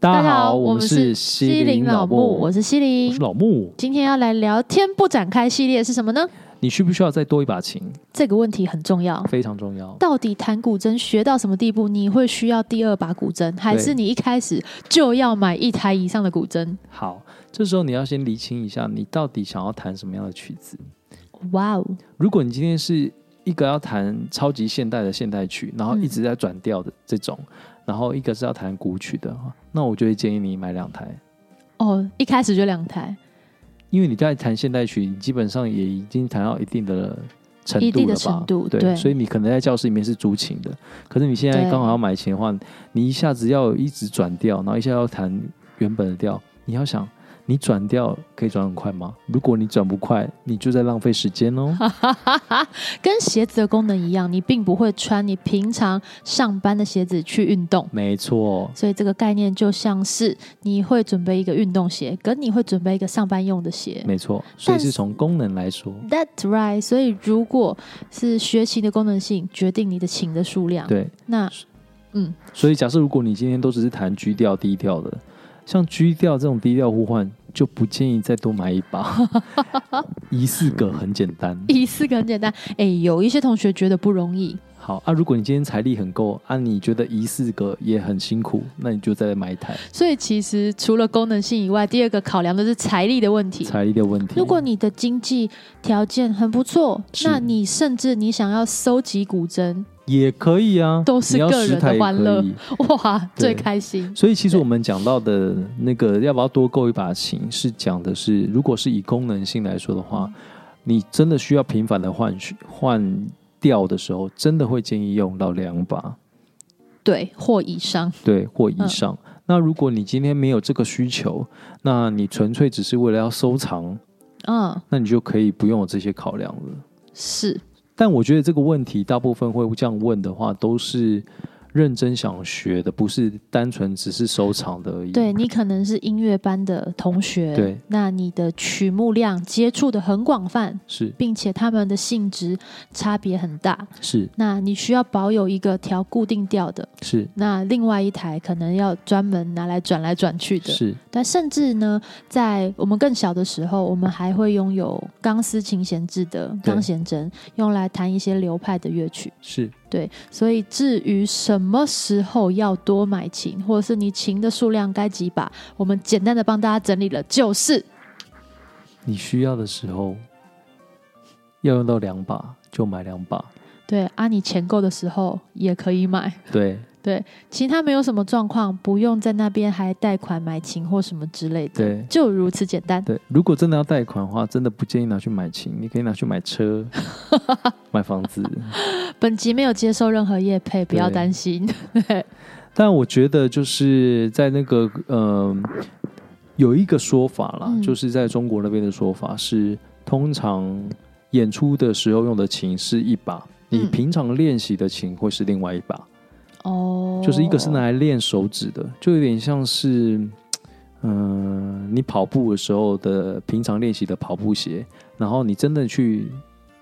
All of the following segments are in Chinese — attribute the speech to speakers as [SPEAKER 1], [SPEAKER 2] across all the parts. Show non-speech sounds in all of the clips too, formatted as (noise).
[SPEAKER 1] 大
[SPEAKER 2] 大家好，
[SPEAKER 1] 我
[SPEAKER 2] 我
[SPEAKER 1] 们
[SPEAKER 2] 们
[SPEAKER 1] 是
[SPEAKER 2] 是
[SPEAKER 1] 西
[SPEAKER 2] 西
[SPEAKER 1] 林
[SPEAKER 2] 林
[SPEAKER 1] 老
[SPEAKER 2] 老
[SPEAKER 1] 木
[SPEAKER 2] 木，我是西
[SPEAKER 1] 我
[SPEAKER 2] 林
[SPEAKER 1] 是。老木，
[SPEAKER 2] 今天要来聊天不展开系列是什么呢？
[SPEAKER 1] 你需不需要再多一把琴？
[SPEAKER 2] 这个问题很重要。
[SPEAKER 1] 非常重要。
[SPEAKER 2] 到底弹古筝学到什么地步，你会需要第二把古筝，还是你一开始就要买一台以上的古筝？
[SPEAKER 1] 好，这时候你要先厘清一下，你到底想要弹什么样的曲子。
[SPEAKER 2] 哇哦，
[SPEAKER 1] 如果你今天是一个要弹超级现代的现代曲，然后一直在转调的这种，然后一个是要弹古曲的，那我就会建议你买两台，
[SPEAKER 2] 哦，一开始就两台， (laughs)
[SPEAKER 1] 因为你在弹现代曲，你基本上也已经弹到一定的。程
[SPEAKER 2] 一
[SPEAKER 1] 度
[SPEAKER 2] 定
[SPEAKER 1] 了
[SPEAKER 2] 的
[SPEAKER 1] 吧？
[SPEAKER 2] 程度
[SPEAKER 1] 对，
[SPEAKER 2] 对
[SPEAKER 1] 所以你可能在教室里面是主琴的，可是你现在
[SPEAKER 2] 对
[SPEAKER 1] 刚好要买琴的话，你一下子要一直转调，然后一下要弹原本的调，你要想，你转调可以转很快吗？如果你转不快，你就在浪费时间哦。
[SPEAKER 2] 跟鞋子的功能一样，你并不会穿你平常上班的鞋子去运动。
[SPEAKER 1] 没错，
[SPEAKER 2] 所以这个概念就像是你会准备一个运动鞋，跟你会准备一个上班用的鞋。
[SPEAKER 1] 没错，所以
[SPEAKER 2] 但
[SPEAKER 1] 是
[SPEAKER 2] 是
[SPEAKER 1] 从功能来说，
[SPEAKER 2] That's right。所以如果是学琴的功能性决定你的琴的数量，
[SPEAKER 1] 对。
[SPEAKER 2] 那嗯，
[SPEAKER 1] 所以假设如果你今天都只是弹 G 调、低调的，像 G 调这种低调互换，就不建议再多买一把，
[SPEAKER 2] (laughs)
[SPEAKER 1] 一四个很简单。
[SPEAKER 2] 一四个很简单。哎，有一些同学觉得不容易，
[SPEAKER 1] 好啊，如果你今天财力很够啊，你觉得一四个也很辛苦，那你就再买一台
[SPEAKER 2] 所以其实除了功能性以外，第二个考量的是财力的问题。
[SPEAKER 1] 财力的问题。
[SPEAKER 2] 如果你的经济条件很不错，
[SPEAKER 1] 是
[SPEAKER 2] 那你甚至你想要收集古筝，
[SPEAKER 1] 也可以啊，
[SPEAKER 2] 都是
[SPEAKER 1] 你要
[SPEAKER 2] 个人
[SPEAKER 1] 十台
[SPEAKER 2] 的
[SPEAKER 1] 也
[SPEAKER 2] 欢
[SPEAKER 1] 可
[SPEAKER 2] 乐
[SPEAKER 1] 以
[SPEAKER 2] (laughs) 哇，
[SPEAKER 1] 对
[SPEAKER 2] 最开心。
[SPEAKER 1] 所以其实
[SPEAKER 2] 对
[SPEAKER 1] 我们讲到的那个要不要多购一把琴，是讲的是，如果是以功能性来说的话，你真的需要频繁的换曲换调的时候，真的会建议用到两把，
[SPEAKER 2] 对，或以上，
[SPEAKER 1] 对或以上。
[SPEAKER 2] 嗯
[SPEAKER 1] 那如果你今天没有这个需求，那你纯粹只是为了要收藏，
[SPEAKER 2] 嗯，
[SPEAKER 1] 那你就可以不用有这些考量了。
[SPEAKER 2] 是
[SPEAKER 1] 但我觉得这个问题大部分会这样问的话，都是认真想学的，不是单纯只是收藏的而已。
[SPEAKER 2] 对你可能是音乐班的同学，
[SPEAKER 1] 嗯对，
[SPEAKER 2] 那你的曲目量接触的很广泛，
[SPEAKER 1] 是
[SPEAKER 2] 并且他们的性质差别很大，
[SPEAKER 1] 是
[SPEAKER 2] 那你需要保有一个调固定调的，
[SPEAKER 1] 是
[SPEAKER 2] 那另外一台可能要专门拿来转来转去的。
[SPEAKER 1] 是，
[SPEAKER 2] 但甚至呢，在我们更小的时候，我们还会拥有钢丝琴弦制的
[SPEAKER 1] 对
[SPEAKER 2] 钢弦针，用来弹一些流派的乐曲。
[SPEAKER 1] 是
[SPEAKER 2] 对，所以至于什么时候要多买琴，或者是你琴的数量该几把，我们简单的帮大家整理了，就是
[SPEAKER 1] 你需要的时候要用到两把就买两把，
[SPEAKER 2] 对啊，你钱够的时候也可以买。
[SPEAKER 1] 对
[SPEAKER 2] 其他没有什么状况，不用在那边还贷款买琴或什么之类的，
[SPEAKER 1] 对
[SPEAKER 2] 就如此简
[SPEAKER 1] (laughs)
[SPEAKER 2] 单。
[SPEAKER 1] 对。如果真的要贷款的话，真的不建议拿去买琴，你可以拿去买
[SPEAKER 2] (laughs)
[SPEAKER 1] 车、买房子。
[SPEAKER 2] 本集没有接受任何业配，不要担心。
[SPEAKER 1] 但我觉得就是在那个呃，有一个说法啦，
[SPEAKER 2] 嗯
[SPEAKER 1] 就是在中国那边的说法是，通常演出的时候用的琴是一把，你
[SPEAKER 2] 嗯
[SPEAKER 1] 平常练习的琴会是另外一把，
[SPEAKER 2] 哦，
[SPEAKER 1] 就是一个是拿来练手指的，就有点像是。嗯、你跑步的时候的平常练习的跑步鞋，然后你真的去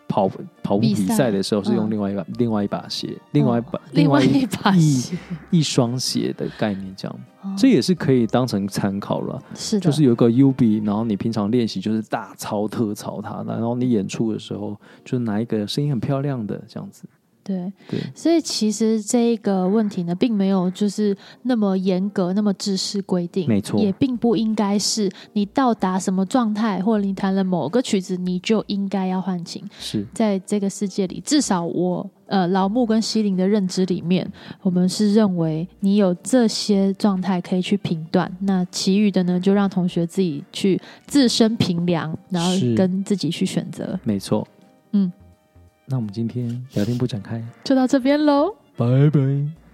[SPEAKER 1] 跑跑步比
[SPEAKER 2] 比赛
[SPEAKER 1] 赛的时候是用
[SPEAKER 2] 嗯哦
[SPEAKER 1] 另外一把、另外一把鞋，另外一把、
[SPEAKER 2] 另外一把鞋，
[SPEAKER 1] (laughs) 一双鞋的概念，这样
[SPEAKER 2] 哦
[SPEAKER 1] 这也是可以当成参考了。
[SPEAKER 2] 是的，
[SPEAKER 1] 就是有一个 UB，然后你平常练习就是大操特操它，然后你演出的时候就拿一个声音很漂亮的这样子。
[SPEAKER 2] 对。
[SPEAKER 1] 对，
[SPEAKER 2] 所以其实这一个问题呢，并没有就是那么严格、那么制式规定，
[SPEAKER 1] 没错
[SPEAKER 2] 也并不应该是你到达什么状态，或者你弹了某个曲子，你就应该要换琴。
[SPEAKER 1] 是
[SPEAKER 2] 在这个世界里，至少我呃老木跟西林的认知里面，我们是认为你有这些状态可以去评断，那其余的呢，就让同学自己去自身评量，然后
[SPEAKER 1] 是
[SPEAKER 2] 跟自己去选择。
[SPEAKER 1] 没错。
[SPEAKER 2] 嗯，
[SPEAKER 1] 那我们今天聊天不展开，
[SPEAKER 2] 就到这边喽。
[SPEAKER 1] 拜拜。